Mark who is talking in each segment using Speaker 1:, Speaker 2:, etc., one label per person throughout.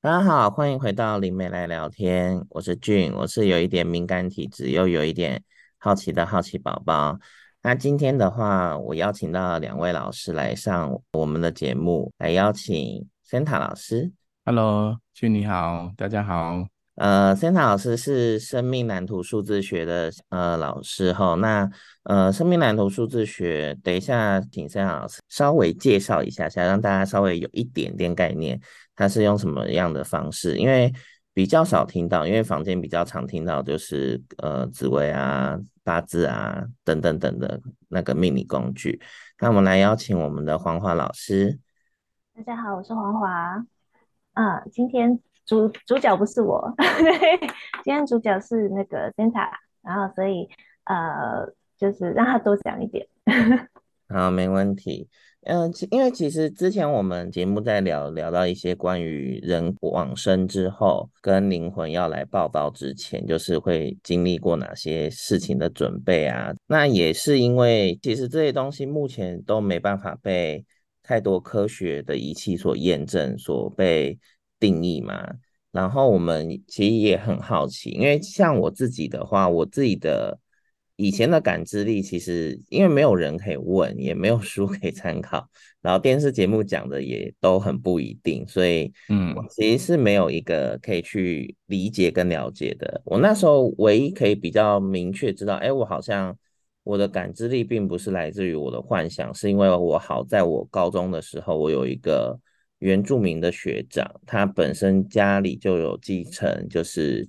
Speaker 1: 大家好，欢迎回到灵媒来聊天，我是俊，我是有一点敏感体质，又有一点好奇的好奇宝宝。那今天的话，我邀请到两位老师来上我们的节目，来邀请 Santa 老师。
Speaker 2: Hello，俊你好，大家好。
Speaker 1: 呃，Santa 老师是生命蓝图数字学的呃老师哈。那呃，生命蓝图数字学，等一下请 Santa 老师稍微介绍一下下，让大家稍微有一点点概念，它是用什么样的方式？因为比较少听到，因为房间比较常听到就是呃紫微啊、八字啊等等等的那个命理工具。那我们来邀请我们的黄华老师。
Speaker 3: 大家好，我是黄华。嗯，今天主主角不是我， 对，今天主角是那个 Santa，然后所以呃，就是让他多讲一点。
Speaker 1: 好，没问题。嗯、其因为其实之前我们节目在聊聊到一些关于人往生之后跟灵魂要来报道之前，就是会经历过哪些事情的准备啊。那也是因为其实这些东西目前都没办法被太多科学的仪器所验证、所被定义嘛。然后我们其实也很好奇，因为像我自己的话，我自己的以前的感知力，其实因为没有人可以问，也没有书可以参考，然后电视节目讲的也都很不一定，所以
Speaker 2: 嗯
Speaker 1: 我其实是没有一个可以去理解跟了解的。我那时候唯一可以比较明确知道，哎，我好像我的感知力并不是来自于我的幻想，是因为我好在我高中的时候，我有一个。原住民的学长，他本身家里就有继承，就是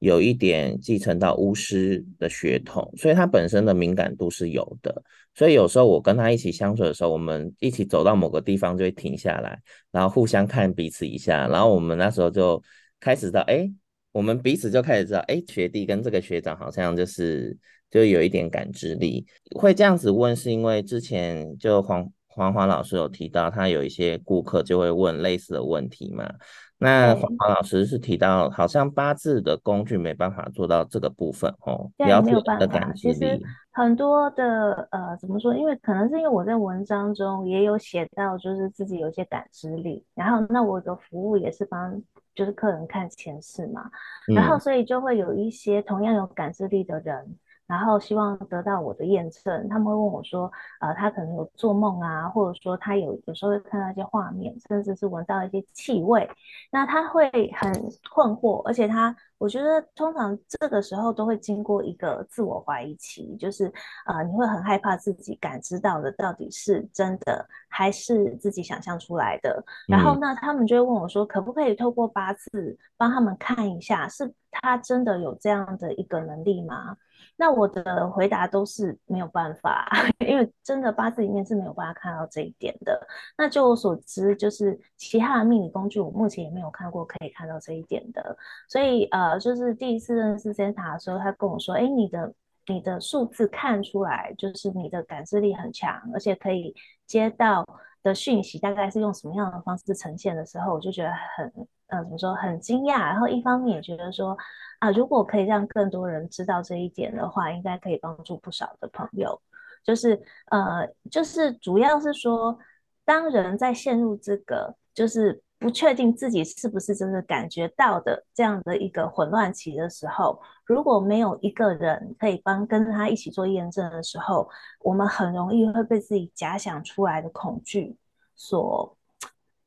Speaker 1: 有一点继承到巫师的血统，所以他本身的敏感度是有的。所以有时候我跟他一起相处的时候，我们一起走到某个地方就会停下来，然后互相看彼此一下，然后我们那时候就开始到，哎，我们彼此就开始知道，哎，学弟跟这个学长好像就是就有一点感知力。会这样子问，是因为之前就黄黄华老师有提到，他有一些顾客就会问类似的问题嘛。那
Speaker 3: 对
Speaker 1: 黄华老师是提到，好像八字的工具没办法做到这个部分哦，
Speaker 3: 这
Speaker 1: 了
Speaker 3: 样也
Speaker 1: 解
Speaker 3: 没有
Speaker 1: 人
Speaker 3: 办
Speaker 1: 的
Speaker 3: 法。
Speaker 1: 感
Speaker 3: 其
Speaker 1: 知
Speaker 3: 实
Speaker 1: 力，
Speaker 3: 很多的呃，怎么说？因为可能是因为我在文章中也有写到，就是自己有一些感知力，然后那我的服务也是帮就是客人看前世嘛，然后
Speaker 1: 嗯
Speaker 3: 所以就会有一些同样有感知力的人，然后希望得到我的验证，他们会问我说，呃，他可能有做梦啊，或者说他有有时候会看到一些画面，甚至是闻到一些气味，那他会很困惑，而且他，我觉得通常这个时候都会经过一个自我怀疑期，就是呃，你会很害怕自己感知到的到底是真的还是自己想象出来的。然后
Speaker 1: 嗯
Speaker 3: 呢，他们就会问我说，可不可以透过八字帮他们看一下，是他真的有这样的一个能力吗？那我的回答都是没有办法， 因为真的八字里面是没有办法看到这一点的。那就我所知，就是其他的命理工具，我目前也没有看过可以看到这一点的。所以呃，就是第一次认识 Santa 的时候，他跟我说：“哎，你的你的数字看出来，就是你的感知力很强，而且可以接到的讯息大概是用什么样的方式呈现的时候，我就觉得很呃怎么说很惊讶。然后一方面也觉得说啊，如果可以让更多人知道这一点的话，应该可以帮助不少的朋友。就是呃，就是主要是说。当人在陷入这个就是不确定自己是不是真的感觉到的这样的一个混乱期的时候，如果没有一个人可以帮跟他一起做验证的时候，我们很容易会被自己假想出来的恐惧所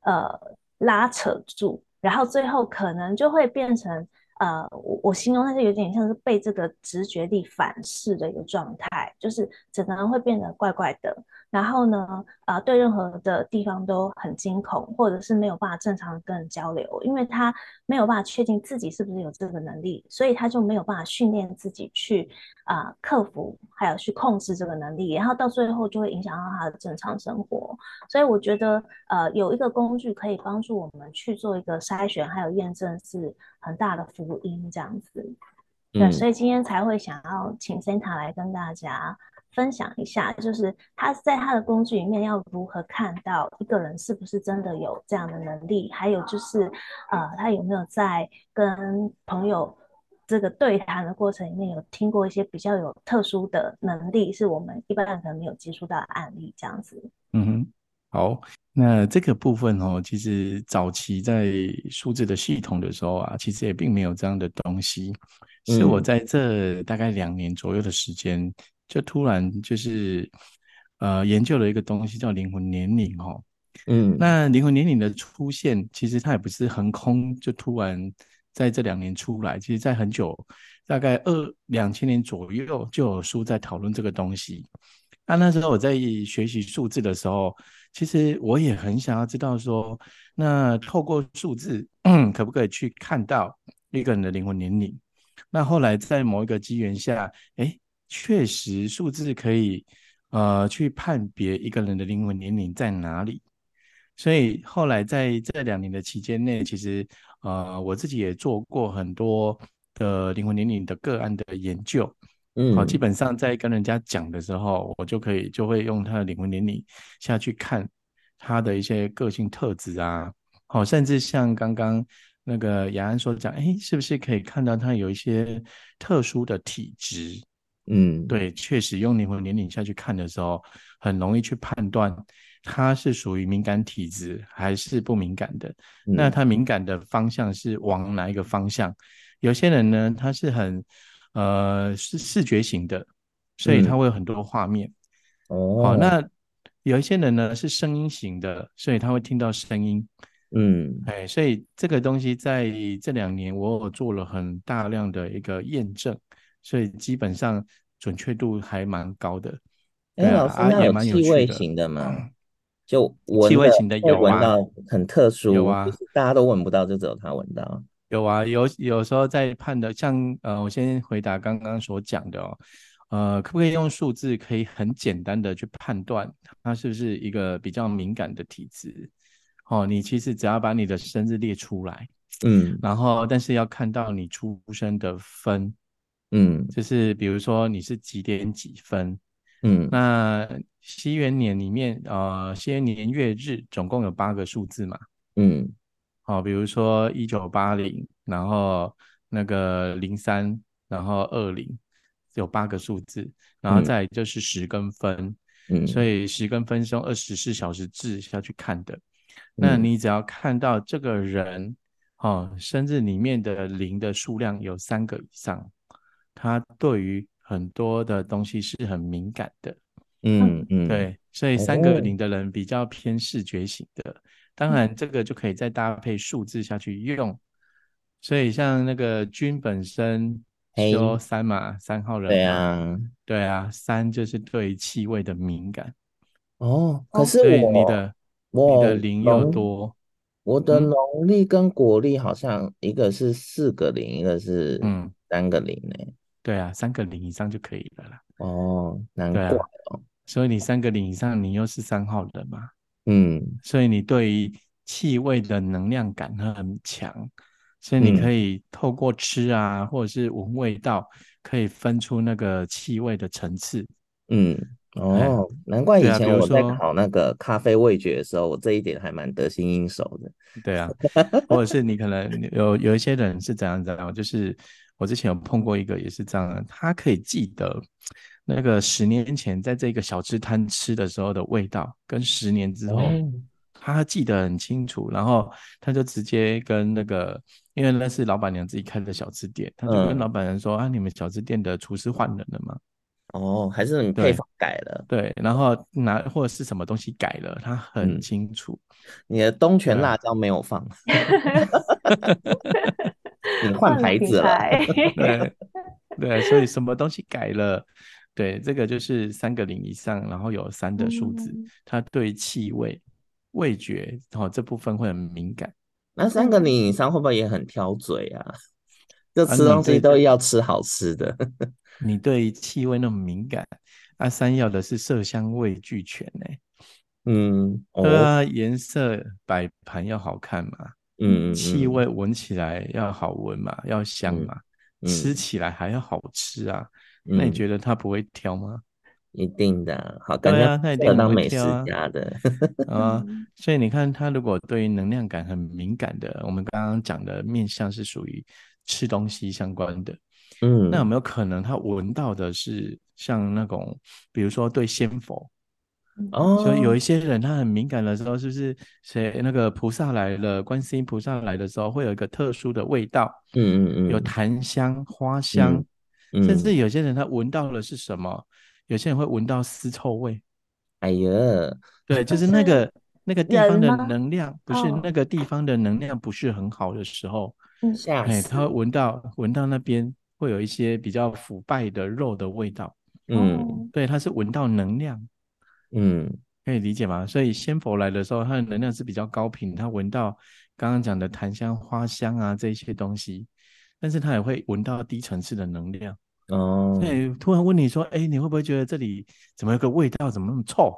Speaker 3: 呃拉扯住，然后最后可能就会变成呃，我我形容那是有点像是被这个直觉力反噬的一个状态，就是整个人会变得怪怪的。然后呢，呃，对任何的地方都很惊恐，或者是没有办法正常地跟人交流，因为他没有办法确定自己是不是有这个能力，所以他就没有办法训练自己去啊、呃克服，还有去控制这个能力，然后到最后就会影响到他的正常生活。所以我觉得，呃，有一个工具可以帮助我们去做一个筛选，还有验证，是很大的福音，这样子。对，
Speaker 1: 嗯
Speaker 3: 所以今天才会想要请 Santa 来跟大家分享一下，就是他在他的工具里面要如何看到一个人是不是真的有这样的能力，还有就是呃，他有没有在跟朋友这个对谈的过程里面有听过一些比较有特殊的能力，是我们一般人可能没有接触到的案例，这样子。
Speaker 2: 嗯哼，好，那这个部分哦，其实早期在数字的系统的时候啊，其实也并没有这样的东西，是我
Speaker 1: 嗯
Speaker 2: 在这大概两年左右的时间，就突然就是呃研究了一个东西叫灵魂年龄哦。
Speaker 1: 嗯
Speaker 2: 那灵魂年龄的出现，其实它也不是横空就突然在这两年出来，其实在很久，大概二两千年左右就有书在讨论这个东西。那那时候我在学习数字的时候，其实我也很想要知道说，那透过数字， 可不可以去看到一个人的灵魂年龄？那后来在某一个机缘下，诶，确实数字可以呃去判别一个人的灵魂年龄在哪里。所以后来在这两年的期间内，其实呃我自己也做过很多的灵魂年龄的个案的研究。好，基
Speaker 1: 嗯
Speaker 2: 本上在跟人家讲的时候，我就可以就会用他的灵魂年龄下去看他的一些个性特质啊，好，甚至像刚刚那个雅安所讲，哎，是不是可以看到他有一些特殊的体质？
Speaker 1: 嗯
Speaker 2: 对，确实用灵魂年龄下去看的时候，很容易去判断他是属于敏感体质还是不敏感的。那
Speaker 1: 嗯
Speaker 2: 他敏感的方向是往哪一个方向？有些人呢，他是很呃是视觉型的，所以他
Speaker 1: 嗯，
Speaker 2: 会有很多画面。好，
Speaker 1: 哦，
Speaker 2: 那有一些人呢是声音型的，所以他会听到声音。
Speaker 1: 嗯
Speaker 2: 哎，所以这个东西在这两年我有做了很大量的一个验证，所以基本上准确度还蛮高的。
Speaker 1: 哎，
Speaker 2: 对啊，
Speaker 1: 老师，
Speaker 2: 啊
Speaker 1: 那
Speaker 2: 也
Speaker 1: 有
Speaker 2: 蛮有
Speaker 1: 气
Speaker 2: 趣
Speaker 1: 味
Speaker 2: 的。嗯
Speaker 1: 型的吗？就闻
Speaker 2: 气味
Speaker 1: 的
Speaker 2: 型的
Speaker 1: 会
Speaker 2: 有
Speaker 1: 闻
Speaker 2: 啊，
Speaker 1: 到很特
Speaker 2: 有
Speaker 1: 殊，就
Speaker 2: 啊。
Speaker 1: 是大家都闻不到，就只有他闻到。
Speaker 2: 有啊，有有时候在判的，像呃，我先回答刚刚所讲的哦，呃，可不可以用数字可以很简单的去判断它是不是一个比较敏感的体质？哦，你其实只要把你的生日列出来，
Speaker 1: 嗯
Speaker 2: 然后但是要看到你出生的分，
Speaker 1: 嗯
Speaker 2: 就是比如说你是几点几分，
Speaker 1: 嗯
Speaker 2: 那西元年里面，呃，西元年月日总共有八个数字嘛。
Speaker 1: 嗯
Speaker 2: 好，比如说一九八零，然后那个零三，然后二零，有八个数字，然后
Speaker 1: 嗯
Speaker 2: 再来就是十跟分，所
Speaker 1: 嗯
Speaker 2: 以十跟分是用二十四小时制下去看的。那
Speaker 1: 嗯
Speaker 2: 你只要看到这个人，哦，生日里面的零的数量有三个以上，他对于很多的东西是很敏感的。
Speaker 1: 嗯嗯，
Speaker 2: 对，所以三个
Speaker 1: 哦，
Speaker 2: 零的人比较偏视觉型的，当
Speaker 3: 嗯
Speaker 2: 然这个就可以再搭配数字下去用。所以像那个君本身
Speaker 1: 嘿，
Speaker 2: 修三嘛，三号人
Speaker 1: 对
Speaker 2: 嘛，
Speaker 1: 啊，
Speaker 2: 对啊，三就是对于气味的敏感，
Speaker 1: 哦，可
Speaker 3: 哦，
Speaker 1: 是
Speaker 2: 所以你
Speaker 1: 我
Speaker 2: 的你的
Speaker 1: 我
Speaker 2: 零又
Speaker 1: 农
Speaker 2: 多，
Speaker 1: 我的
Speaker 2: 嗯
Speaker 1: 农历跟国历好像一个是四个零，一个是
Speaker 2: 嗯，
Speaker 1: 三个零呢。
Speaker 2: 对啊，三个零以上就可以了啦。
Speaker 1: 哦，难
Speaker 2: 对
Speaker 1: 怪
Speaker 2: 啊，
Speaker 1: 哦，
Speaker 2: 所以你三个零以上，你又是三号人嘛。
Speaker 1: 嗯
Speaker 2: 所以你对于气味的能量感很强，所以你可
Speaker 1: 嗯
Speaker 2: 以透过吃啊，或者是闻味道，可以分出那个气味的层次。
Speaker 1: 嗯，
Speaker 2: 哎，
Speaker 1: 哦，难怪
Speaker 2: 对
Speaker 1: 以
Speaker 2: 啊，比
Speaker 1: 前
Speaker 2: 如
Speaker 1: 我在
Speaker 2: 说，
Speaker 1: 考那个咖啡味觉的时候，我这一点还蛮得心应手的。
Speaker 2: 对啊，或者是你可能有有一些人是怎样怎样，就是我之前有碰过一个也是这样的，他可以记得那个十年前在这个小吃摊吃的时候的味道，跟十年之后
Speaker 1: 哦，
Speaker 2: 他记得很清楚，然后他就直接跟那个，因为那是老板娘自己开的小吃店，他就跟老
Speaker 1: 嗯，
Speaker 2: 板娘说啊，你们小吃店的厨师换人了吗？
Speaker 1: 哦，还是你配
Speaker 2: 对
Speaker 1: 方改了。
Speaker 2: 对，然后拿或者是什么东西改了，他很
Speaker 1: 嗯，
Speaker 2: 清楚，
Speaker 1: 你的东泉
Speaker 2: 对
Speaker 1: 辣
Speaker 2: 啊。
Speaker 1: 椒没有放，你换
Speaker 3: 换了
Speaker 1: 牌
Speaker 3: 品
Speaker 1: 子了。
Speaker 3: 牌，
Speaker 2: 对对，所以什么东西改了？对，这个就是三个零以上，然后有三 的数字，
Speaker 3: 嗯
Speaker 2: 它对气味、味觉，然后这部分会很敏感。
Speaker 1: 那三个
Speaker 3: 嗯，
Speaker 1: 零以上会不会也很挑嘴啊？就
Speaker 2: 啊，
Speaker 1: 吃
Speaker 2: 你
Speaker 1: 东西
Speaker 2: 对
Speaker 1: 都要吃好吃的。
Speaker 2: 你对气味那么敏感，啊，三要的是色香味俱全呢、
Speaker 1: 嗯，
Speaker 2: 对
Speaker 1: 哦，
Speaker 2: 啊，颜色摆盘要好看嘛，气
Speaker 1: 嗯
Speaker 2: 味闻起来要好闻嘛，要香
Speaker 1: 嗯
Speaker 2: 嘛，吃
Speaker 1: 嗯
Speaker 2: 起来还要好吃啊。那你
Speaker 1: 嗯嗯，
Speaker 2: 觉得他不会挑 吗？
Speaker 1: 一定的啊，好，感
Speaker 2: 对
Speaker 1: 觉
Speaker 2: 啊，他一
Speaker 1: 适合
Speaker 2: 定很
Speaker 1: 当
Speaker 2: 会
Speaker 1: 美
Speaker 2: 挑
Speaker 1: 食
Speaker 2: 啊。
Speaker 1: 家的。
Speaker 2: 啊、
Speaker 3: 嗯
Speaker 2: 所以你看，他如果对于能量感很敏感的，我们刚刚讲的面相是属于吃东西相关的，那有
Speaker 1: 嗯
Speaker 2: 没有可能他闻到的是像那种，比如说对仙佛，
Speaker 3: 嗯
Speaker 1: 哦，
Speaker 2: 所以有一些人他很敏感的时候，是不是谁那个菩萨来了，观世音菩萨来的时候，会有一个特殊的味道，
Speaker 1: 嗯嗯嗯，
Speaker 2: 有檀香、花香，
Speaker 1: 嗯
Speaker 2: 甚至有些人他闻到的是什么？有些人会闻到尸臭味，
Speaker 1: 哎呀，
Speaker 2: 对，就是 那个那个地方的
Speaker 3: 人吗
Speaker 2: 能量，不是
Speaker 3: 哦
Speaker 2: 那个地方的能量不是很好的时候，
Speaker 3: 嗯
Speaker 1: 吓
Speaker 2: 哎，
Speaker 1: 死，
Speaker 2: 他会闻到闻到那边会有一些比较腐败的肉的味道，
Speaker 1: 嗯
Speaker 3: 哦
Speaker 2: 对，他是闻到能量，
Speaker 1: 嗯
Speaker 2: 可以理解吗？所以仙佛来的时候，它的能量是比较高频，它闻到刚刚讲的檀香、花香啊这一些东西，但是它也会闻到低层次的能量。
Speaker 1: 哦，
Speaker 2: 对，突然问你说，哎，你会不会觉得这里怎么有个味道，怎么那么臭？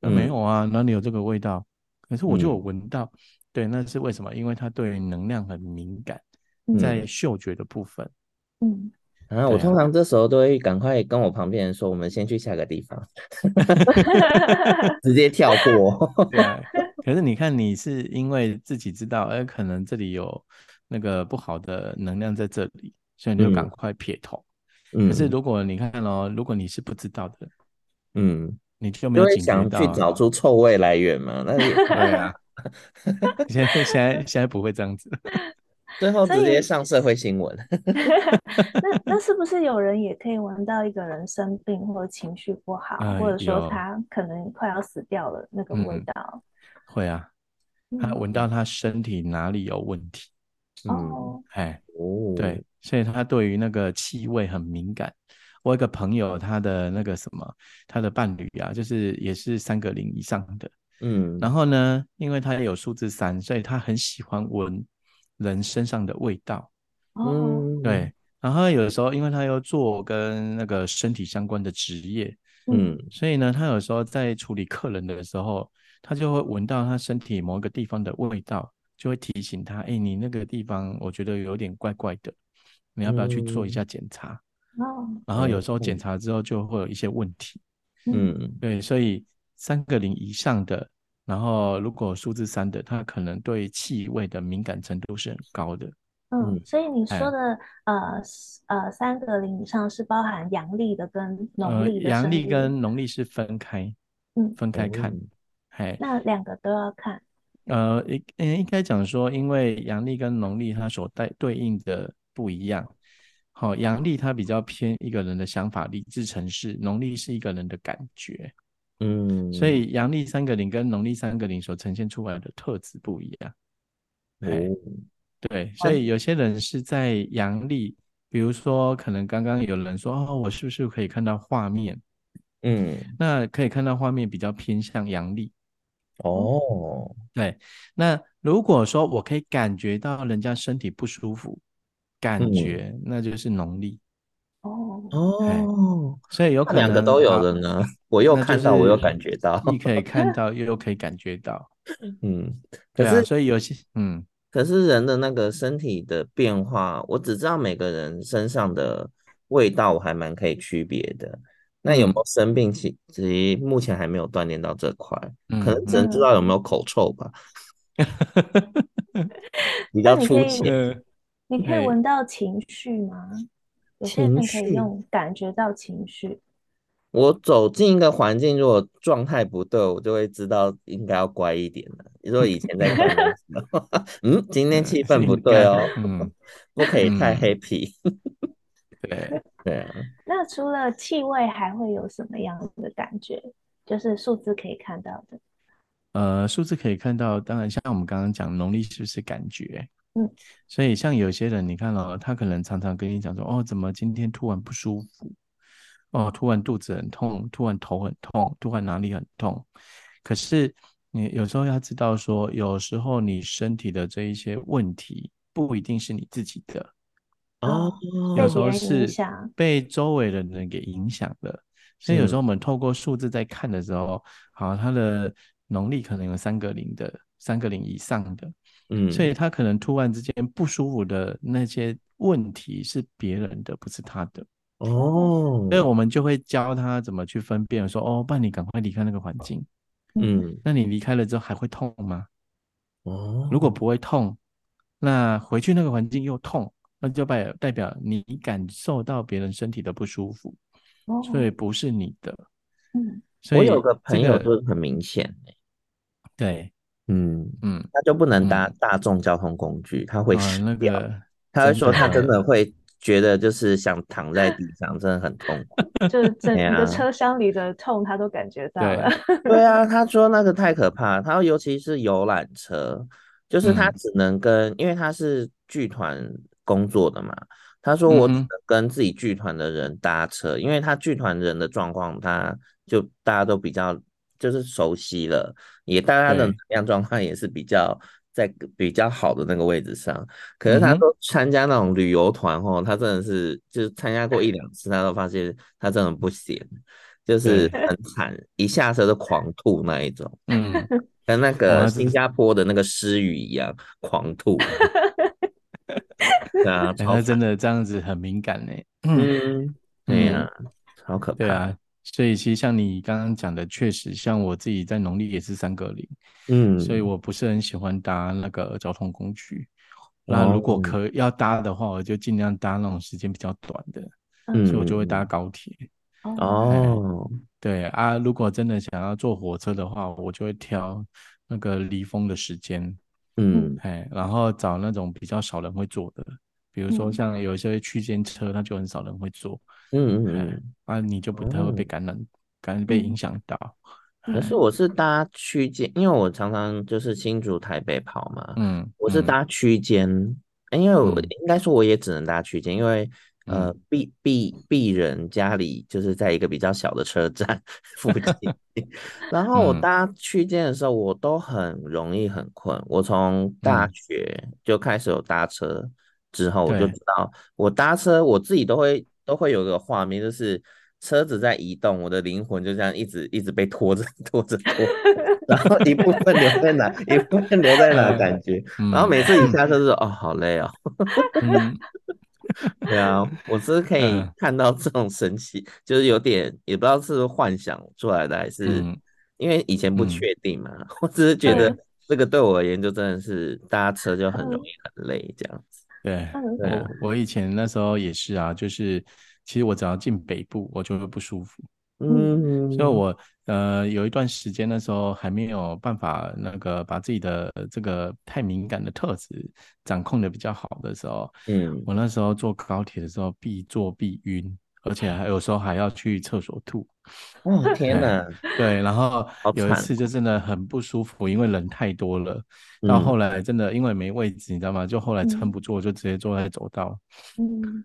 Speaker 2: 呃
Speaker 1: 嗯
Speaker 2: 没有啊，哪里有这个味道？可是我就有
Speaker 1: 嗯
Speaker 2: 闻到，对，那是为什么？因为它对能量很敏感，
Speaker 3: 嗯
Speaker 2: 在嗅觉的部 分。
Speaker 3: 嗯，
Speaker 1: 啊，我
Speaker 2: 对啊
Speaker 1: 通常这时候都会赶快跟我旁边人说，我们先去下个地 方，直接跳过。
Speaker 2: 对啊，可是你看，你是因为自己知道，哎、可能这里有那个不好的能量在这里，所以你就赶
Speaker 1: 嗯
Speaker 2: 快撇头。
Speaker 1: 嗯
Speaker 2: 可是如果你看哦，如果你是不知道的，
Speaker 1: 嗯，
Speaker 2: 你就没
Speaker 1: 就
Speaker 2: 有
Speaker 1: 会
Speaker 2: 警觉
Speaker 1: 想
Speaker 2: 到
Speaker 1: 去
Speaker 2: 啊、
Speaker 1: 找出臭味来源嘛，那也对啊，
Speaker 2: 现在现在现在不会这样子，
Speaker 1: 最后
Speaker 3: 所
Speaker 1: 直接
Speaker 3: 以
Speaker 1: 上社会新闻。
Speaker 3: 那那是不是有人也可以闻到一个人生病或者情绪不好，
Speaker 2: 哎
Speaker 3: 或者说
Speaker 2: 有
Speaker 3: 他可能快要死掉了那个味
Speaker 2: 嗯
Speaker 3: 道？
Speaker 2: 会啊，他
Speaker 3: 嗯，
Speaker 2: 闻到他身体哪里有问题，
Speaker 1: 嗯，
Speaker 3: 哦，
Speaker 2: 哎，
Speaker 1: 哦，
Speaker 2: 对，，所以他对于那个气味很敏感。我有一个朋友，他的那个什么，他的伴侣啊，就是也是三个零以上的，
Speaker 1: 嗯，
Speaker 2: 然后呢，因为他也有数字三，所以他很喜欢闻人身上的味道。嗯
Speaker 3: 哦，
Speaker 1: 嗯
Speaker 2: 对，然后有时候因为他又做跟那个身体相关的职业，
Speaker 1: 嗯，
Speaker 2: 所以呢，他有时候在处理客人的时候，他就会闻到他身体某一个地方的味道，就会提醒他：哎，你那个地方我觉得有点怪怪的，你要不要去做
Speaker 3: 嗯
Speaker 2: 一下检查？
Speaker 3: 哦，
Speaker 2: 然后有时候
Speaker 1: 哦
Speaker 2: 检查之后就会有一些问题。
Speaker 3: 嗯，
Speaker 1: 嗯
Speaker 2: 对，所以三个零以上的，然后如果数字三的，他可能对气味的敏感程度是很高的。
Speaker 3: 嗯
Speaker 1: 嗯，
Speaker 3: 所以你
Speaker 2: 哎
Speaker 3: 说的呃是呃三个零以上是包含阳历的跟农
Speaker 2: 呃，
Speaker 3: 历的
Speaker 2: 阳
Speaker 3: 生
Speaker 2: 历
Speaker 3: 日，
Speaker 2: 跟农历是分开，
Speaker 3: 嗯
Speaker 2: 分开看
Speaker 1: 嗯。
Speaker 2: 哎，
Speaker 3: 那两个都要看，
Speaker 2: 呃，应嗯应该讲说，因为阳历跟农历它所带对应的不一样。好、阳历它比较偏一个人的想法、理智、程式，农历是一个人的感觉。
Speaker 1: 嗯，
Speaker 2: 所以阳历三个零跟农历三个零所呈现出来的特质不一样。哎。
Speaker 1: 哦，嗯
Speaker 2: 对，所以有些人是在阳历，比如说，可能刚刚有人说，哦，我是不是可以看到画面？
Speaker 1: 嗯，
Speaker 2: 那可以看到画面比较偏向阳历。
Speaker 1: 哦，
Speaker 2: 对，那如果说我可以感觉到人家身体不舒服，感
Speaker 1: 嗯
Speaker 2: 觉、那就是农历。
Speaker 3: 哦，
Speaker 2: 嗯
Speaker 1: 哦，
Speaker 2: 所以有
Speaker 1: 那
Speaker 2: 可能
Speaker 1: 两个都有
Speaker 2: 好
Speaker 1: 的呢，我又
Speaker 2: 那就
Speaker 1: 看到，我又
Speaker 2: 是啊
Speaker 1: 感觉到，
Speaker 2: 既可以看 到，又可以感觉到。
Speaker 1: 嗯，可
Speaker 2: 对啊，
Speaker 1: 是
Speaker 2: 所以有些嗯，
Speaker 1: 可是人的那个身体的变化，我只知道每个人身上的味道，我还蛮可以区别的。那有没有生病，其其实目前还没有锻炼到这块，可能
Speaker 2: 嗯
Speaker 1: 只能知道有没有口臭吧，比较
Speaker 3: 那你
Speaker 1: 粗
Speaker 3: 可以
Speaker 1: 浅。
Speaker 2: 嗯，
Speaker 3: 你可
Speaker 2: 嘿
Speaker 3: 以闻到情绪吗？有些人
Speaker 1: 情
Speaker 3: 可以
Speaker 1: 绪
Speaker 3: 用感觉到情绪，
Speaker 1: 我走进一个环境，如果状态不对，我就会知道应该要乖一点了。如果以前在高中的时候， 嗯，今天气氛不
Speaker 2: 应该
Speaker 1: 对哦，
Speaker 2: 嗯，
Speaker 1: 不可以太
Speaker 2: 嗯
Speaker 1: happy。
Speaker 2: 对。
Speaker 1: 对啊，
Speaker 3: 那除了气味还会有什么样的感觉？就是数字可以看到的，
Speaker 2: 呃，数字可以看到，当然像我们刚刚讲农历是不是感觉？
Speaker 3: 嗯，
Speaker 2: 所以像有些人，你看哦，他可能常常跟你讲说，哦，怎么今天突然不舒服？哦，突然肚子很痛，突然头很痛，突然哪里很痛？可是你有时候要知道说，有时候你身体的这一些问题不一定是你自己的，
Speaker 1: 哦，
Speaker 2: 有时候
Speaker 3: 被别人影
Speaker 2: 是
Speaker 3: 响
Speaker 2: 被周围的人给影响的。所以有时候我们透过数字在看的时候，好，它的农历可能有三个零的，三个零以上的，
Speaker 1: 嗯，
Speaker 2: 所以他可能突然之间不舒服的那些问题是别人的，不是他的。
Speaker 1: 哦，
Speaker 2: 所以我们就会教他怎么去分辨，说哦，不然你赶快离开那个环境。
Speaker 1: 嗯，
Speaker 2: 那你离开了之后还会痛吗？
Speaker 1: 哦，
Speaker 2: 如果不会痛，那回去那个环境又痛，那就代代表你感受到别人身体的不舒服，
Speaker 3: 哦，
Speaker 2: 所以不是你的。
Speaker 3: 嗯
Speaker 2: 所
Speaker 1: 我
Speaker 2: 以
Speaker 1: 有个朋
Speaker 2: 这
Speaker 1: 友
Speaker 2: 个
Speaker 1: 就是很明显欸
Speaker 2: 对，
Speaker 1: 嗯，
Speaker 2: 嗯
Speaker 1: 他就不能搭
Speaker 2: 嗯
Speaker 1: 大众交通工具，他会
Speaker 2: 啊，
Speaker 1: 死
Speaker 2: 那
Speaker 1: 掉。
Speaker 2: 个
Speaker 1: 他会
Speaker 2: 真
Speaker 1: 说他真
Speaker 2: 的
Speaker 1: 的会觉得就是想躺在地上，真的很痛苦。
Speaker 3: 就是
Speaker 1: 哎
Speaker 3: 整个
Speaker 1: 呀，
Speaker 3: 车厢里的痛他都感觉到了。
Speaker 2: 对，
Speaker 1: 对啊，他说那个太可怕了。他说尤其是游览车，就是他
Speaker 2: 嗯
Speaker 1: 只能跟，因为他是剧团工作的嘛。他说
Speaker 2: 嗯
Speaker 1: 我只
Speaker 2: 哼，
Speaker 1: 能跟自己剧团的人搭车，因为他剧团人的状况，他就大家都比较就是熟悉了，也大家的能
Speaker 2: 对，
Speaker 1: 量状况也是比较在比较好的那个位置上。可是
Speaker 2: 嗯
Speaker 1: 他
Speaker 2: 哼，
Speaker 1: 说参加那种旅游团哦，他真的是就是参加过一两次，他都发现他真的不行，就是
Speaker 2: 对，
Speaker 1: 很惨，一下车就狂吐那一种，
Speaker 2: 嗯，
Speaker 1: 跟那
Speaker 2: 哇，
Speaker 1: 个
Speaker 2: 这
Speaker 1: 新加坡的那个狮语一样狂 吐，对啊，
Speaker 2: 哎，
Speaker 1: 超
Speaker 2: 他
Speaker 1: 惨，
Speaker 2: 真的这样子很敏感呢，嗯
Speaker 1: 嗯，对
Speaker 2: 嗯。
Speaker 1: 呀，超可
Speaker 2: 对
Speaker 1: 怕，
Speaker 2: 啊，所以其实像你刚刚讲的，确实像我自己在农历也是三个零，所以
Speaker 1: 嗯，
Speaker 2: 我不是很喜欢搭那个交通工具。那如
Speaker 1: 哦，
Speaker 2: 果可要搭的话，我就尽量搭那种时间比较短的，所以 我
Speaker 1: 嗯
Speaker 2: 就会搭
Speaker 1: 嗯
Speaker 2: 高铁。
Speaker 1: 嗯，
Speaker 3: 哦，
Speaker 2: 哎，
Speaker 1: 哦，
Speaker 2: 对啊，如果真的想要坐火车的话，我就会挑那个离峰的时间，
Speaker 1: 嗯
Speaker 3: 嗯
Speaker 2: 哎，然后找那种比较少人会坐的，比如说
Speaker 3: 嗯
Speaker 2: 像有一些区间车，它就很少人会坐，
Speaker 1: 嗯嗯
Speaker 2: 哎，
Speaker 1: 嗯，
Speaker 2: 啊，你就不太会被
Speaker 1: 哦。
Speaker 2: 感染，感染被影
Speaker 3: 嗯
Speaker 2: 响到，
Speaker 1: 可是
Speaker 2: 哎，
Speaker 1: 我是搭区间，因为我常常就是新竹、台北跑嘛，
Speaker 2: 嗯
Speaker 1: 我是
Speaker 2: 嗯
Speaker 1: 搭区间，因为我
Speaker 2: 嗯
Speaker 1: 应该说我也只能搭区间，因为呃，
Speaker 2: 嗯，
Speaker 1: 鄙鄙鄙人家里就是在一个比较小的车站 附近，然后我
Speaker 2: 嗯
Speaker 1: 搭区间的时候，我都很容易很困。我从大
Speaker 2: 嗯，
Speaker 1: 学就开始有搭车之后，我就
Speaker 2: 对，
Speaker 1: 知道我搭车我自己都会都会有个画面，就是车子在移动，我的灵魂就这样一直一直被拖着拖着 拖，然后一部分留在哪，一部分留在哪，
Speaker 2: 呃，
Speaker 1: 感觉，然后
Speaker 2: 嗯
Speaker 1: 每次一
Speaker 2: 嗯
Speaker 1: 下车就说哦，好累哦。
Speaker 2: 嗯
Speaker 1: 对啊，我是可以
Speaker 2: 嗯
Speaker 1: 看到这种神奇， 就是有点也不知道是幻想出来的，还 是
Speaker 2: 嗯
Speaker 1: 因为以前不
Speaker 2: 嗯，
Speaker 1: 确定嘛。 我只是觉得
Speaker 3: 嗯
Speaker 1: 这个对我而言，就真的是搭车就很容
Speaker 3: 嗯
Speaker 1: 易很累这样子。
Speaker 2: 对，
Speaker 3: 嗯
Speaker 1: 对啊，
Speaker 2: 我我以前那时候也是啊，就是其实我只要进北部，我就会不舒服。
Speaker 3: 嗯
Speaker 2: 所以
Speaker 1: 嗯
Speaker 2: 我呃有一段时间那时候还没有办法那个把自己的这个太敏感的特质掌控的比较好的时候，
Speaker 1: 嗯，
Speaker 2: 我那时候坐高铁的时候必坐必晕，而且还有时候还要去厕所吐，
Speaker 1: 哦天
Speaker 2: 哎，
Speaker 1: 哪，
Speaker 2: 对，然后
Speaker 1: 好
Speaker 2: 有一
Speaker 1: 惨
Speaker 2: 次就
Speaker 1: 哦。
Speaker 2: 真的很不舒服，因为人太多了，到
Speaker 1: 嗯
Speaker 2: 后来真的因为没位置，你知道吗？就后来撑
Speaker 3: 嗯
Speaker 2: 不住，我就直接坐在走道。
Speaker 3: 嗯，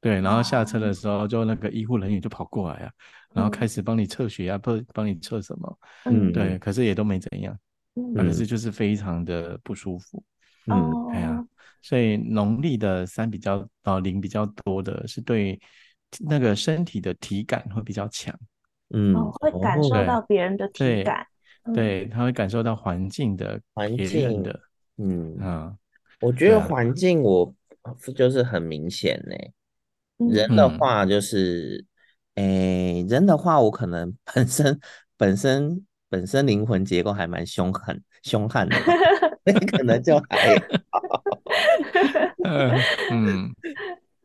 Speaker 2: 对，然后下
Speaker 3: 哇，
Speaker 2: 车的时候，就那个医护人员就跑过来啊，然后开
Speaker 3: 哦嗯
Speaker 2: 始帮你测血压，帮帮你测什么，
Speaker 3: 嗯
Speaker 2: 对，
Speaker 1: 嗯
Speaker 2: 可是也都没怎样，啊，可
Speaker 3: 嗯，
Speaker 2: 是就是非常的不舒服，
Speaker 1: 嗯
Speaker 2: 哎呀，
Speaker 3: 哦，
Speaker 2: 所以农历的三比较，呃，零比较多的是对那个身体的体感会比较强，
Speaker 1: 嗯
Speaker 3: 哦，会感受
Speaker 1: 哦，
Speaker 2: 对，
Speaker 3: 到别人的体
Speaker 2: 对，
Speaker 3: 感，嗯
Speaker 2: 对，他会感受到环境的、
Speaker 1: 环
Speaker 2: 别人
Speaker 1: 境，
Speaker 2: 的，
Speaker 1: 嗯，
Speaker 2: 啊，
Speaker 1: 我觉
Speaker 2: 对
Speaker 1: 得
Speaker 2: 啊，
Speaker 1: 环境我就是很明显呢、人
Speaker 3: 嗯
Speaker 1: 的
Speaker 2: 嗯
Speaker 1: 话就是，诶，人的话，我可能本身本身本身灵魂结构还蛮凶狠凶悍 的吧，那可能就还好。
Speaker 2: 呃，嗯，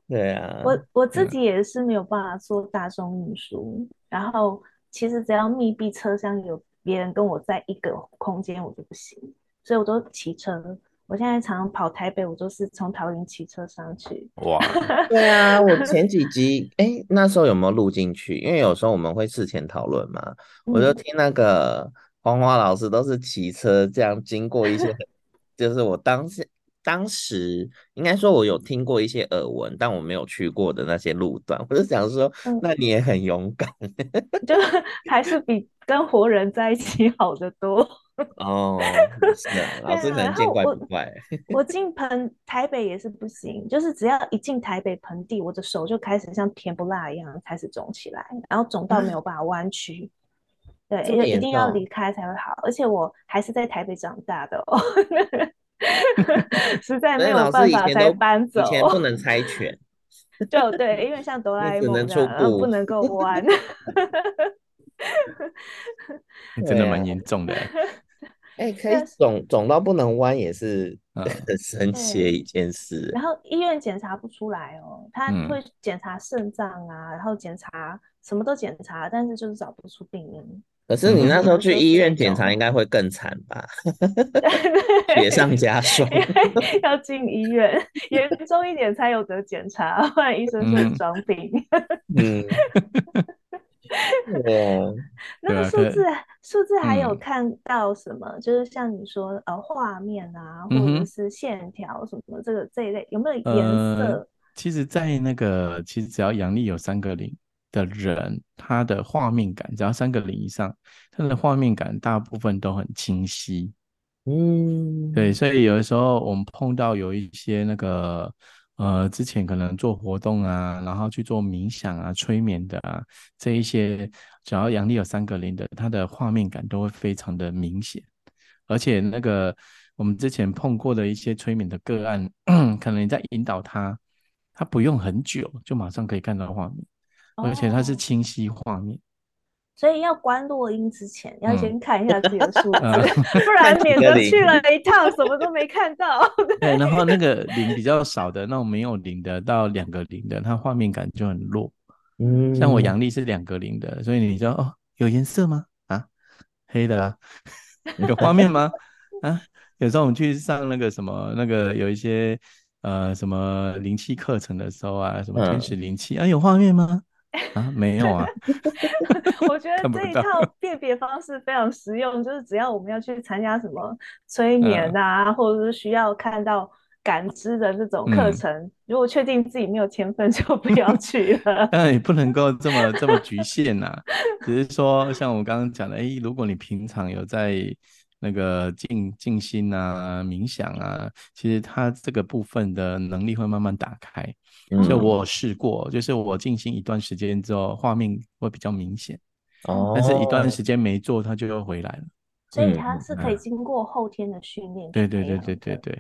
Speaker 1: 对啊，
Speaker 3: 我我
Speaker 2: 对
Speaker 3: 自己也是没有办法坐大众运输，然后其实只要密闭车厢有别人跟我在一个空间，我就不行，所以我都骑车。我现在常常跑台北，我都是从桃园骑车上去。
Speaker 2: 哇，
Speaker 1: 对啊，我前几集诶，那时候有没有录进去？因为有时候我们会事前讨论嘛，我就
Speaker 3: 嗯，
Speaker 1: 听那个黄华老师都是骑车这样经过一些 很，就是我当时当时应该说我有听过一些耳闻，但我没有去过的那些路段，我就想说，
Speaker 3: 嗯，
Speaker 1: 那你也很勇敢
Speaker 3: 就 还是比跟活人在一起好得多。
Speaker 1: 哦，也是啊，
Speaker 3: 对
Speaker 1: 老师
Speaker 3: 啊，
Speaker 1: 可能
Speaker 3: 然
Speaker 1: 见
Speaker 3: 后
Speaker 1: 怪
Speaker 3: 我
Speaker 1: 不怪，
Speaker 3: 我进盆台北也是不行，就是只要一进台北盆地，我的手就开始像甜不辣一样开始肿起来，然后肿到没有办法弯曲。对，
Speaker 1: 这
Speaker 3: 因
Speaker 1: 么
Speaker 3: 为一
Speaker 1: 严
Speaker 3: 定要离
Speaker 1: 重，
Speaker 3: 开才会好，而且我还是在台北长大的 哦，实在
Speaker 1: 所
Speaker 3: 没
Speaker 1: 以
Speaker 3: 有
Speaker 1: 老师
Speaker 3: 办
Speaker 1: 以
Speaker 3: 法
Speaker 1: 前
Speaker 3: 才
Speaker 1: 都
Speaker 3: 搬
Speaker 1: 以前
Speaker 3: 走。
Speaker 1: 不能猜拳，
Speaker 3: 就对，因为像哆
Speaker 1: 你
Speaker 3: 啦 A
Speaker 1: 只
Speaker 3: 梦
Speaker 1: 能
Speaker 3: 这
Speaker 1: 出
Speaker 3: 样，然后不
Speaker 1: 布，
Speaker 3: 能够 弯。
Speaker 2: 你真的
Speaker 1: 对
Speaker 2: 蛮
Speaker 1: 啊。
Speaker 2: 严重的欸，
Speaker 1: 哎，可以肿肿到不能弯也是
Speaker 2: 嗯
Speaker 1: 很神奇的一件事。
Speaker 3: 然后医院检查不出来哦，他
Speaker 2: 嗯
Speaker 3: 会检查肾脏啊，然后检查什么都检查，但是就是找不出病因。
Speaker 1: 可是你
Speaker 2: 嗯
Speaker 1: 那时候 去医院检
Speaker 3: 嗯
Speaker 1: 查，应该会更惨 吧？雪
Speaker 3: 对
Speaker 1: 上加霜。
Speaker 3: 因为要进医院，严重一点才有得检查，不然医生说
Speaker 2: 嗯
Speaker 3: 你装病。
Speaker 1: 嗯， 对，
Speaker 3: 那
Speaker 2: 对
Speaker 3: 个
Speaker 2: 啊
Speaker 3: 数
Speaker 2: 可
Speaker 3: 字数字还有
Speaker 2: 嗯
Speaker 3: 看到什么？就是像你说呃画面啊，或
Speaker 2: 嗯
Speaker 3: 者
Speaker 2: 哼
Speaker 3: 是线条什么这个这一类，有没有颜
Speaker 2: 呃
Speaker 3: 色？，
Speaker 2: 其实，在那个其实只要阳历有三个零的人，他的画面感只要三个零以上，他的画面感大部分都很清晰。
Speaker 1: 嗯，
Speaker 2: 对，，所以有的时候我们碰到有一些那个呃，之前可能做活动啊，然后去做冥想啊、催眠的啊，这一些，只要阳历有三个零的，它的画面感都会非常的明显。而且那个我们之前碰过的一些催眠的个案， 可能你在引导他，他不用很久就马上可以看到画面，呃而且它是
Speaker 3: 哦，
Speaker 2: 清晰画面。
Speaker 3: 所以要关落音之前，要
Speaker 2: 嗯
Speaker 3: 先看一下自己 的数字，
Speaker 2: 呃
Speaker 3: 不然
Speaker 1: 看
Speaker 3: 免
Speaker 1: 几个
Speaker 3: 得
Speaker 1: 零
Speaker 3: 去了一趟什么都没看到。
Speaker 2: 对，然后那个零比较少的，那种没有零的到两个零的，它画面感就很弱。
Speaker 1: 嗯，
Speaker 2: 像我阳历是两个零的，所以你就哦，有颜色吗？啊，黑的啊， 有画面吗？啊，有时候我们去上那个什么那个有一些呃什么灵气课程的时候啊，什么天
Speaker 1: 嗯
Speaker 2: 使灵气啊，有画面吗？啊，没有啊。
Speaker 3: 我觉得
Speaker 2: 看不
Speaker 3: 这一
Speaker 2: 到
Speaker 3: 套辨别方式非常实用，就是只要我们要去参加什么催
Speaker 2: 嗯
Speaker 3: 眠啊，或者是需要看到感知的这种课
Speaker 2: 嗯
Speaker 3: 程，如果确定自己没有天分，就不 要去了。
Speaker 2: 当然也不能够这么这么局限呐、只是说像我刚刚讲的，诶，如果你平常有在那个静静心啊、冥想啊，其实它这个部分的能力会慢慢打开。所以
Speaker 1: 嗯，
Speaker 2: 我有试过，就是我静心一段时间之后，画面会比较明显，
Speaker 1: 哦，
Speaker 2: 但是一段时间没做，它就又回来了。
Speaker 3: 所以
Speaker 1: 嗯
Speaker 3: 它
Speaker 2: 嗯
Speaker 3: 是可以
Speaker 2: 啊
Speaker 3: 经过后天的训练去
Speaker 2: 对对
Speaker 3: 培
Speaker 2: 对
Speaker 1: 哦
Speaker 3: 养
Speaker 2: 对对
Speaker 3: 的。
Speaker 2: 对，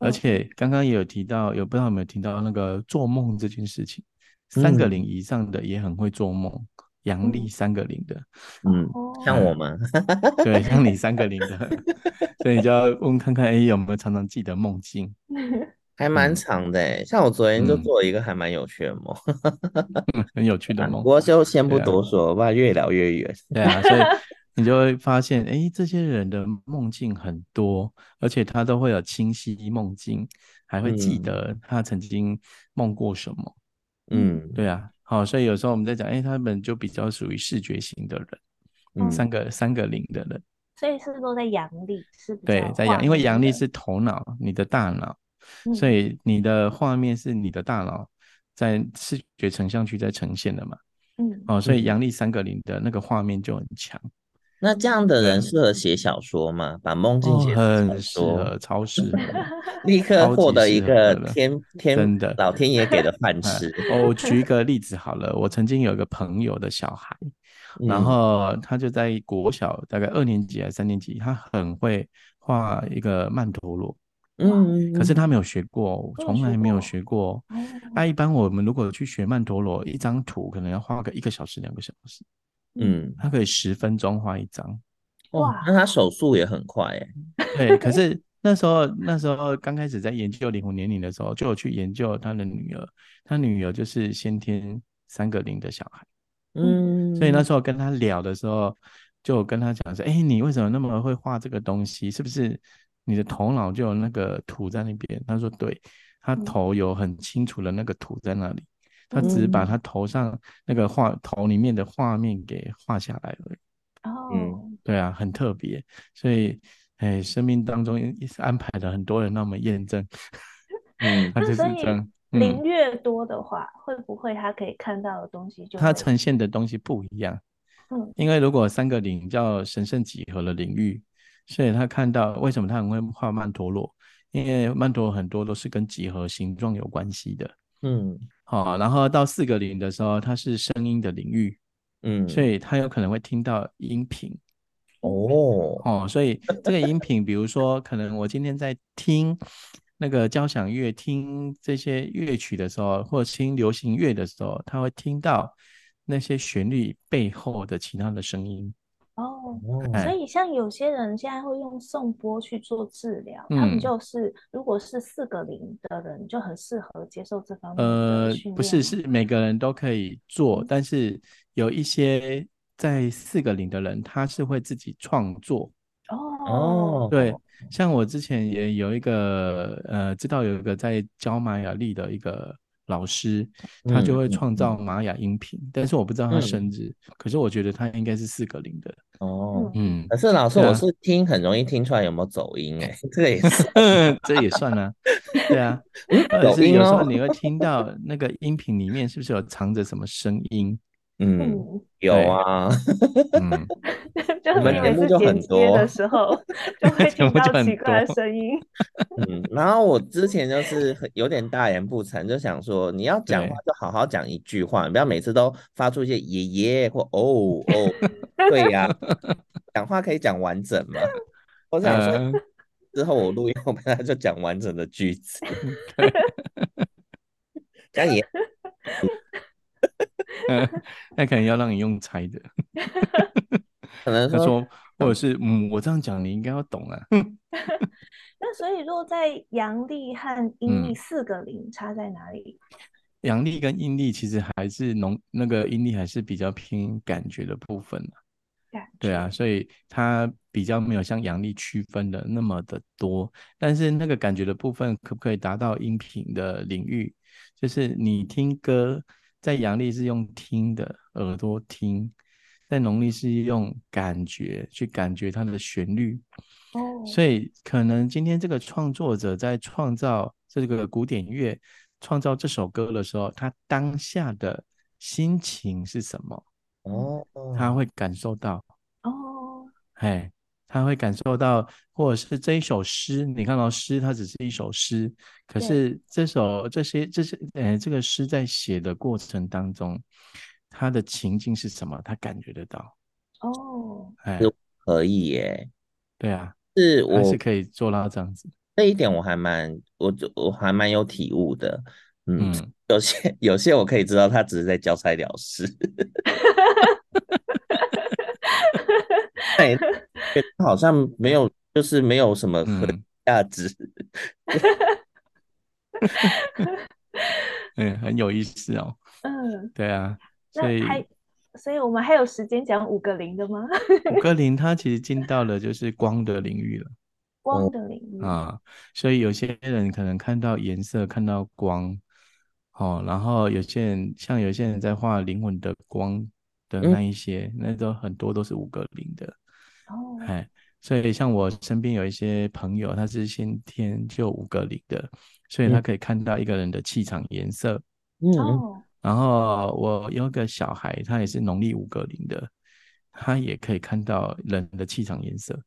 Speaker 2: 而
Speaker 3: 嗯
Speaker 2: 且刚刚也有提到，有不知道有没有提到那个做梦这件事情，三个
Speaker 1: 嗯
Speaker 2: 零以上的也很会做梦，阳历
Speaker 3: 嗯
Speaker 2: 三个零的，
Speaker 1: 嗯，像
Speaker 3: 哦，
Speaker 1: 我吗？
Speaker 2: 对，像你三个零的， 所以就要问看看，哎，有没有常常记得梦境？
Speaker 1: 还蛮
Speaker 2: 嗯
Speaker 1: 长的欸，像我昨天就
Speaker 2: 嗯
Speaker 1: 做了一个还蛮有趣的梦，
Speaker 2: 很有趣的
Speaker 1: 不
Speaker 2: 梦。
Speaker 1: 过就先不
Speaker 2: 对啊
Speaker 1: 多说，不然越聊越远。
Speaker 2: 对啊， 所以你就会发现，诶，这些人的梦境很多，而且他都会有清晰梦境，还会记
Speaker 1: 嗯
Speaker 2: 得他曾经梦过什么。
Speaker 1: 嗯
Speaker 2: 对啊，好，所以有时候我们在讲，诶，他们就比较属于视觉型的人，
Speaker 1: 嗯
Speaker 2: 三个三个零的人。
Speaker 3: 所以是落在阳历是比
Speaker 2: 对，
Speaker 3: 较
Speaker 2: 在
Speaker 3: 画
Speaker 2: 阳，因为
Speaker 3: 面
Speaker 2: 阳历
Speaker 3: 的，
Speaker 2: 是头脑，你的大脑，所
Speaker 3: 嗯
Speaker 2: 以你的画面是你的大脑在视觉成像区在呈现的嘛。
Speaker 3: 嗯，
Speaker 2: 哦，所以
Speaker 1: 嗯
Speaker 2: 阳历三个零的那个画面就很强。
Speaker 1: 那这样的
Speaker 2: 对啊
Speaker 1: 人适合写小说吗？把梦境
Speaker 2: 哦，
Speaker 1: 写成小
Speaker 2: 很适
Speaker 1: 说，
Speaker 2: 合，超适合的，
Speaker 1: 立刻
Speaker 2: 超
Speaker 1: 获
Speaker 2: 级
Speaker 1: 得一
Speaker 2: 适合
Speaker 1: 个
Speaker 2: 的了，
Speaker 1: 天天
Speaker 2: 真的。
Speaker 1: 老天爷给的
Speaker 3: 嗯
Speaker 1: 饭
Speaker 2: 哎，
Speaker 1: 吃。
Speaker 2: 哦我举一个例子好了，我曾经有一个朋友的小孩，然
Speaker 1: 嗯
Speaker 2: 后他就在国小大概二年级还是三年级，他很会画一个曼陀罗，
Speaker 3: 哇，
Speaker 2: 可
Speaker 1: 嗯
Speaker 2: 是他没有学过，
Speaker 3: 没有
Speaker 2: 从
Speaker 3: 学
Speaker 2: 来没有
Speaker 3: 过
Speaker 2: 学过。那、
Speaker 3: 哦，
Speaker 2: 啊、一般我们如果去学曼陀罗，一张图可能要画个一个小时、两个小时，
Speaker 3: 嗯，
Speaker 1: 嗯，
Speaker 2: 他可以十分钟画一张。
Speaker 1: 哦，
Speaker 3: 哇，
Speaker 1: 那他手速也很快欸诶。
Speaker 2: 对，可 是那时候那时候刚开始在研究灵魂年龄的时候，就有去研究他的女儿，他女儿就是先天三个零的小孩，
Speaker 3: 嗯
Speaker 2: 所以那
Speaker 1: 嗯
Speaker 2: 时候跟他聊的时候，就有跟他讲说，哎，你为什么那么会画这个东西？是不是你的头脑就有那个图在那边？他说对，他
Speaker 3: 嗯
Speaker 2: 头有很清楚的那个图在那里，他只是把
Speaker 1: 嗯
Speaker 2: 他头上那个画头里面的画面给画下来而已。
Speaker 3: 哦
Speaker 1: 嗯，
Speaker 2: 对啊，很特别，所以，哎，生命当中也是安排了很多人让我们验证，
Speaker 1: 嗯
Speaker 2: 他
Speaker 3: 那
Speaker 2: 就
Speaker 3: 所
Speaker 2: 是这
Speaker 3: 以
Speaker 2: 样，
Speaker 3: 零
Speaker 2: 嗯，
Speaker 3: 越多的话，会不会他可以看到的东西就
Speaker 2: 它
Speaker 3: 会，
Speaker 2: 呈现的东西不一样，
Speaker 3: 嗯
Speaker 2: 因为如果三个领叫神圣几何的领域，所以他看到为什么他很会画曼陀罗，因为曼陀罗很多都是跟几何形状有关系的，
Speaker 1: 嗯
Speaker 2: 好、然后到四个零的时候，它是声音的领域，所
Speaker 1: 嗯，
Speaker 2: 以他有可能会听到音频。
Speaker 1: 哦，
Speaker 2: 哦，所以这个音频，比如说，可能我今天在听那个交响乐、听这些乐曲的时候，或者听流行乐的时候，他会听到那些旋律背后的其他的声音。
Speaker 3: 所
Speaker 1: 哎
Speaker 3: 以像有些人现在会用送波去做治疗，他
Speaker 2: 嗯
Speaker 3: 们就是如果是四个零的人，就很适合接受这方面的
Speaker 2: 呃
Speaker 3: 训，练。
Speaker 2: 不是，是每个人都可以
Speaker 1: 嗯
Speaker 2: 做，但是有一些在四个零的人，他是会自己创作。
Speaker 3: 哦，
Speaker 1: 哦，
Speaker 2: 对，像我之前也有一个呃，知道有一个在教玛雅历的一个老师，他就
Speaker 1: 嗯
Speaker 2: 会
Speaker 1: 嗯
Speaker 2: 创
Speaker 1: 嗯
Speaker 2: 造玛雅音频，但是我不知道他
Speaker 1: 嗯
Speaker 2: 生日，可是我觉得他应该是四个零的。
Speaker 1: 哦。
Speaker 2: 嗯，
Speaker 1: 可是老师，
Speaker 2: 对啊
Speaker 1: 我是听很容易听出来有没有走音哎，这个也 是
Speaker 2: 这也算啊，对 啊，或者
Speaker 1: 走
Speaker 2: 是
Speaker 1: 音
Speaker 2: 有时候
Speaker 1: 哦
Speaker 2: 你会听到那个音频里面是不是有藏着什么声 音？
Speaker 1: 嗯，
Speaker 3: 嗯，
Speaker 1: 有
Speaker 2: 对
Speaker 1: 啊，
Speaker 2: 嗯，
Speaker 3: 就
Speaker 1: 我
Speaker 3: 是
Speaker 1: 们
Speaker 3: 你
Speaker 1: 节
Speaker 3: 每
Speaker 1: 目
Speaker 3: 次
Speaker 1: 就
Speaker 3: 剪
Speaker 1: 很
Speaker 3: 接
Speaker 1: 多
Speaker 3: 的时候， 就会
Speaker 2: 节目
Speaker 3: 听
Speaker 2: 就
Speaker 3: 到
Speaker 2: 很
Speaker 3: 奇怪的
Speaker 2: 多
Speaker 3: 声音。
Speaker 1: 嗯，然后我之前就是很有点大言不惭，就想说你要讲话
Speaker 2: 对
Speaker 1: 就好好讲一句话，你不要每次都发出一些爷爷或哦哦，对 呀、讲话可以讲完整嘛。我想说
Speaker 2: 呃，
Speaker 1: 之后我录音，我本来就讲完整的句 子， 这样也
Speaker 2: 呃那可能要让你用猜的。
Speaker 1: 可能
Speaker 2: 他
Speaker 1: 说
Speaker 2: 说，或者是嗯，我这样讲你应该要懂啊。
Speaker 3: 那所以落在阳历和阴
Speaker 2: 嗯
Speaker 3: 历四个零差在哪里？
Speaker 2: 阳历跟阴历其实还是农那个阴历还是比较偏感觉的部分啊
Speaker 3: 感
Speaker 2: 对啊，
Speaker 3: 觉，
Speaker 2: 所以它比较没有像阳历区分的那么的多，但是那个感觉的部分可不可以达到音频的领域？就是你听歌，在阳历是用听的耳朵听，在农历是用感觉去感觉它的旋律，
Speaker 3: 哦，
Speaker 2: 所以可能今天这个创作者在创造这个古典乐、创造这首歌的时候，他当下的心情是什么？
Speaker 1: 哦，
Speaker 2: 他会感受到，
Speaker 3: 哦，
Speaker 2: 哎，他会感受到，或者是这一首诗，你看到诗，它只是一首诗，可
Speaker 3: 对
Speaker 2: 是这首这些这些，呃，这个诗在写的过程当中，他的情境是什么？他感觉得到，
Speaker 3: 哦，
Speaker 2: 哎，
Speaker 1: 是可以耶，
Speaker 2: 对啊，
Speaker 1: 是
Speaker 2: 他
Speaker 1: 我
Speaker 2: 是可以做到这样子，
Speaker 1: 这一点我还蛮我我还蛮有体悟的，嗯，
Speaker 2: 嗯。
Speaker 1: 有些有些我可以知道他只是在交差了事。 哎，对他好像没有，就是没有什么核
Speaker 2: 嗯
Speaker 1: 价值。
Speaker 2: 嗯，很有意思哦。
Speaker 3: 嗯，
Speaker 2: 对啊，所以哦
Speaker 3: 那还，所以我们还有时间讲五个零的吗？
Speaker 2: 五个零它其实进到了就是光的领域了
Speaker 3: 光的领域，
Speaker 2: 啊，所以有些人可能看到颜色，看到光，哦，然后有些人像有些人在画灵魂的光的
Speaker 1: 嗯
Speaker 2: 那一些，那都很多都是五个零的，
Speaker 3: 哦，
Speaker 2: 哎，所以像我身边有一些朋友，他是先天就五个零的，所以他
Speaker 1: 嗯
Speaker 2: 可以看到一个人的气场颜色，
Speaker 1: 嗯嗯，
Speaker 3: 哦，
Speaker 2: 然后我有个小孩，他也是农历五个零的，他也可以看到人的气场颜色。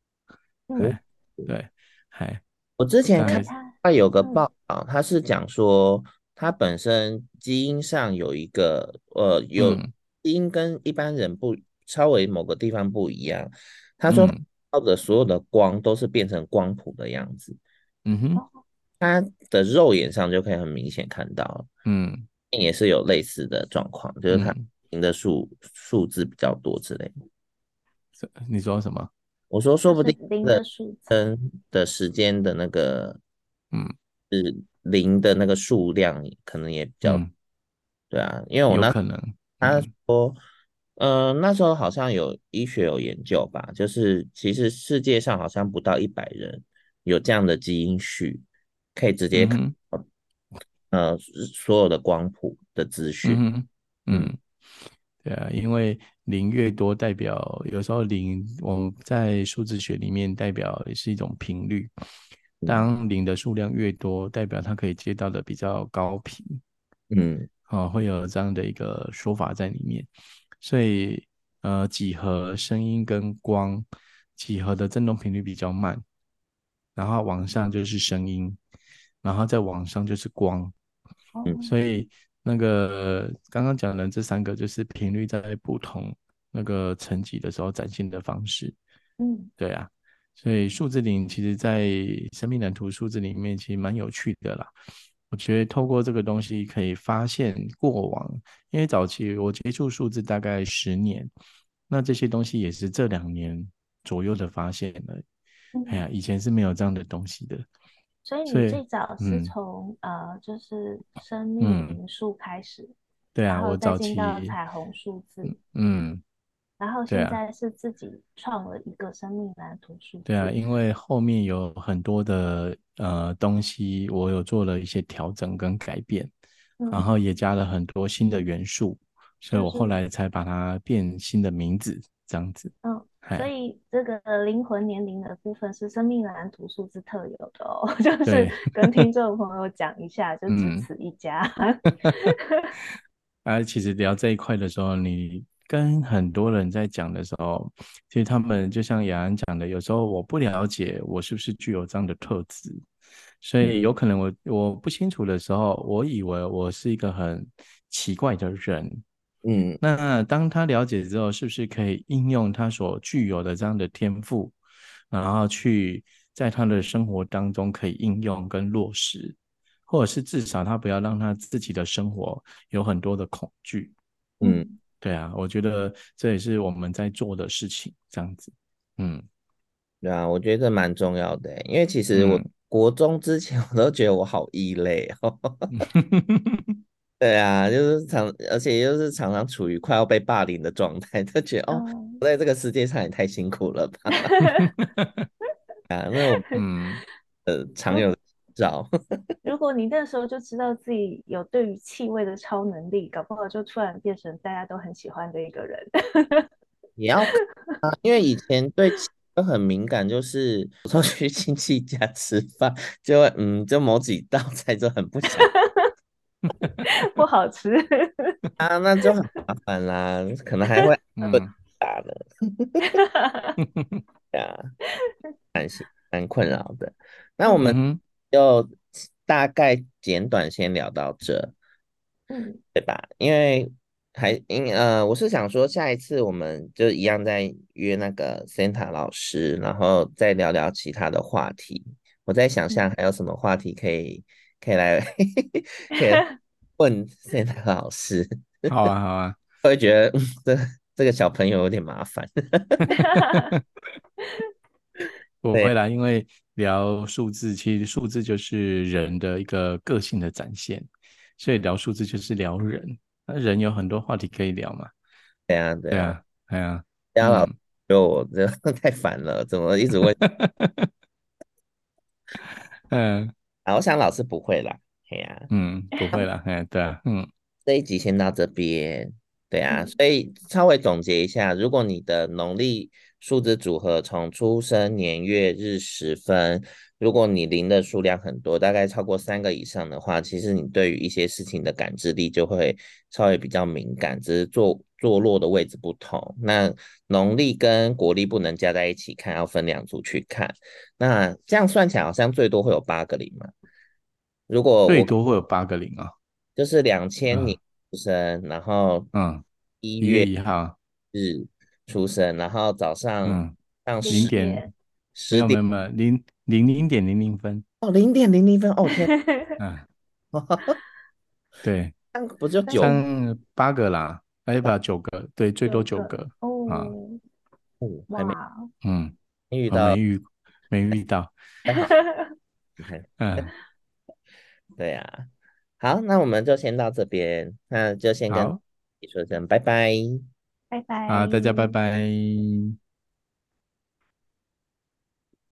Speaker 3: 嗯，
Speaker 2: 哎，对，哎，
Speaker 1: 我之前
Speaker 2: 大
Speaker 1: 看
Speaker 2: 概
Speaker 3: 那
Speaker 2: 是
Speaker 3: 他，
Speaker 1: 到有个
Speaker 3: 嗯
Speaker 1: 报道，他是讲说他本身基因上有一个呃有
Speaker 2: 嗯
Speaker 1: 基因跟一般人不稍微某个地方不一样。他说
Speaker 2: 嗯
Speaker 1: 他的所有的光都是变成光谱的样子，
Speaker 2: 嗯哼
Speaker 3: 哦
Speaker 1: 他的肉眼上就可以很明显看到了。
Speaker 2: 嗯
Speaker 1: 也是有类似的状况，就是他
Speaker 2: 嗯，
Speaker 1: 赢的数数字比较多之类的。
Speaker 2: 这你说什么？
Speaker 1: 我说，说
Speaker 3: 就
Speaker 1: 不
Speaker 3: 是
Speaker 1: 定
Speaker 3: 零
Speaker 1: 的
Speaker 3: 的数字，
Speaker 1: 跟的时间的那个
Speaker 2: 嗯
Speaker 1: 是零的那个数量，可能也比较
Speaker 2: 嗯，
Speaker 1: 对啊。因为我
Speaker 2: 有
Speaker 1: 那
Speaker 2: 可能。
Speaker 1: 他
Speaker 2: 嗯
Speaker 1: 说，嗯、那时候好像有医学有研究吧，就是其实世界上好像不到一百人有这样的基因序，可以直接
Speaker 2: 嗯
Speaker 1: 看
Speaker 2: 哼
Speaker 1: 到呃所有的光谱的资
Speaker 2: 嗯
Speaker 1: 讯。
Speaker 2: 哼嗯，对啊，因为零越多，代表有时候零我们在数字学里面代表也是一种频率。
Speaker 1: 嗯
Speaker 2: 当零的数量越多，代表它可以接到的比较高频。
Speaker 1: 嗯
Speaker 2: 哦，会有这样的一个说法在里面。所以，呃，几何声音跟光几何的振动频率比较慢，然后往上就是声音，然后再往上就是光。
Speaker 3: 哦，
Speaker 1: 嗯
Speaker 2: 所以，那个刚刚讲的这三个就是频率在不同那个层级的时候展现的方式。
Speaker 3: 嗯，
Speaker 2: 对啊，所以数字零其实在生命蓝图数字里面其实蛮有趣的啦。我觉得透过这个东西可以发现过往，因为早期我接触数字大概十年，那这些东西也是这两年左右的发现了。哎呀，以前是没有这样的东西的。
Speaker 3: 嗯所以你
Speaker 2: 所以
Speaker 3: 最早是
Speaker 2: 嗯
Speaker 3: 从、呃，就是生
Speaker 2: 嗯
Speaker 3: 命灵数开始，
Speaker 2: 对啊，
Speaker 3: 然后
Speaker 2: 我
Speaker 3: 再
Speaker 2: 早期
Speaker 3: 进到彩虹数字，
Speaker 2: 嗯，
Speaker 3: 然后
Speaker 2: 对
Speaker 3: 现
Speaker 2: 啊
Speaker 3: 在是自己创了一个生命蓝图数字。
Speaker 2: 对啊，因为后面有很多的呃东西，我有做了一些调整跟改变，
Speaker 3: 嗯
Speaker 2: 然后也加了很多新的元素，所以
Speaker 3: 就
Speaker 2: 我
Speaker 3: 是
Speaker 2: 后来才把它变新的名字这样子。
Speaker 3: 嗯，
Speaker 2: 嗨
Speaker 3: 所以这个灵魂年龄的部分是生命蓝图数字特有的哦， 就
Speaker 2: 对
Speaker 3: 是跟听众朋友讲一下，就
Speaker 2: 嗯
Speaker 3: 只此一家。
Speaker 2: 啊，其实聊这一块的时候，你跟很多人在讲的时候，其实他们就像雅安讲的，有时候我不了解我是不是具有这样的特质，所以
Speaker 3: 嗯
Speaker 2: 有可能我我不清楚的时候，我以为我是一个很奇怪的人。
Speaker 1: 嗯
Speaker 2: 那当他了解之后，是不是可以应用他所具有的这样的天赋，然后去在他的生活当中可以应用跟落实，或者是至少他不要让他自己的生活有很多的恐惧。
Speaker 1: 嗯，
Speaker 2: 对啊，我觉得这也是我们在做的事情，这样子。嗯，
Speaker 1: 对啊，我觉得这蛮重要的欸，因为其实我
Speaker 2: 嗯
Speaker 1: 国中之前我都觉得我好异类 哦。 对啊，就是常，而且又是常常处于快要被霸凌的状态，就觉得哦，
Speaker 3: 嗯，
Speaker 1: 我在这个世界上也太辛苦了吧？啊，那种
Speaker 2: 嗯，
Speaker 1: 呃常有的照，
Speaker 3: 如果你那时候就知道自己有对于气味的超能力，搞不好就突然变成大家都很喜欢的一个人。
Speaker 1: 也要看啊，因为以前对气都很敏感，就是有时候去亲戚家吃饭，就会嗯，就某几道菜就很不想
Speaker 3: 不好吃。
Speaker 1: 啊，那就很麻烦啦，可能还会
Speaker 2: 嗯
Speaker 1: 被打的，对啊，蛮辛蛮困扰的。那我们
Speaker 2: 嗯
Speaker 1: 就大概简短先聊到这。
Speaker 3: 嗯，
Speaker 1: 对吧？因为还因呃，我是想说，下一次我们就一样再约那个 Santa 老师，然后再聊聊其他的话题。我在想
Speaker 2: 嗯
Speaker 1: 象还有什么话题可以可以来 可以 来问 Santa 老师，
Speaker 2: 哼，好啊，好啊，
Speaker 1: 我会觉得嗯这这个小朋友有点麻烦。
Speaker 2: 不会啦，因为聊数字，其实数字就是人的一个个性的展现，所以聊数字就是聊人。那人有很多话题可以聊嘛，
Speaker 1: 对啊，对
Speaker 2: 对
Speaker 1: 啊，
Speaker 2: 啊，对啊，
Speaker 1: 家老
Speaker 2: 嗯
Speaker 1: 就我这 太烦了，怎么一直问？
Speaker 2: 嗯
Speaker 1: 啊，我想老师不会啦。哎呀、
Speaker 2: 嗯，不会啦，哎，对啊，嗯
Speaker 1: 这一集先到这边，对啊，
Speaker 3: 嗯
Speaker 1: 所以稍微总结一下，如果你的农历数字组合从出生年月日时分，如果你零的数量很多，大概超过三个以上的话，其实你对于一些事情的感知力就会稍微比较敏感，只是坐坐落的位置不同。那农历跟国历不能加在一起看，要分两组去看。那这样算起来好像最多会有八个零嘛？如果
Speaker 2: 最
Speaker 1: 哦我
Speaker 2: 多会有八个零啊、
Speaker 1: 就是两千
Speaker 2: 嗯
Speaker 1: 年出生，然后
Speaker 2: 嗯，
Speaker 1: 一
Speaker 2: 一月
Speaker 1: 月
Speaker 2: 一号，
Speaker 1: 日出生，然后早上
Speaker 2: 嗯，
Speaker 1: 上
Speaker 3: 谢
Speaker 2: 零
Speaker 1: 十
Speaker 2: 点，没
Speaker 1: 十
Speaker 2: 有没有
Speaker 1: 点
Speaker 2: 没有，零零零点零零分，
Speaker 1: 哦零点零零分哦天，
Speaker 3: 谢。
Speaker 2: 嗯，对，
Speaker 1: 那不就九
Speaker 2: 上八个啦，哎
Speaker 1: 哦
Speaker 2: 不，九个，对，最多
Speaker 3: 九
Speaker 2: 九
Speaker 3: 个
Speaker 2: 个，啊
Speaker 3: 哦，
Speaker 1: 五还没
Speaker 3: 哇，
Speaker 2: 嗯，
Speaker 1: 遇
Speaker 2: 我
Speaker 1: 到
Speaker 2: 没遇没遇到，
Speaker 1: 还好，还
Speaker 2: 嗯，
Speaker 1: 对呀、好，那我们就先到这边，那就先跟
Speaker 2: 好
Speaker 1: 你说声拜拜。
Speaker 3: 拜拜。
Speaker 2: 啊，大家拜拜。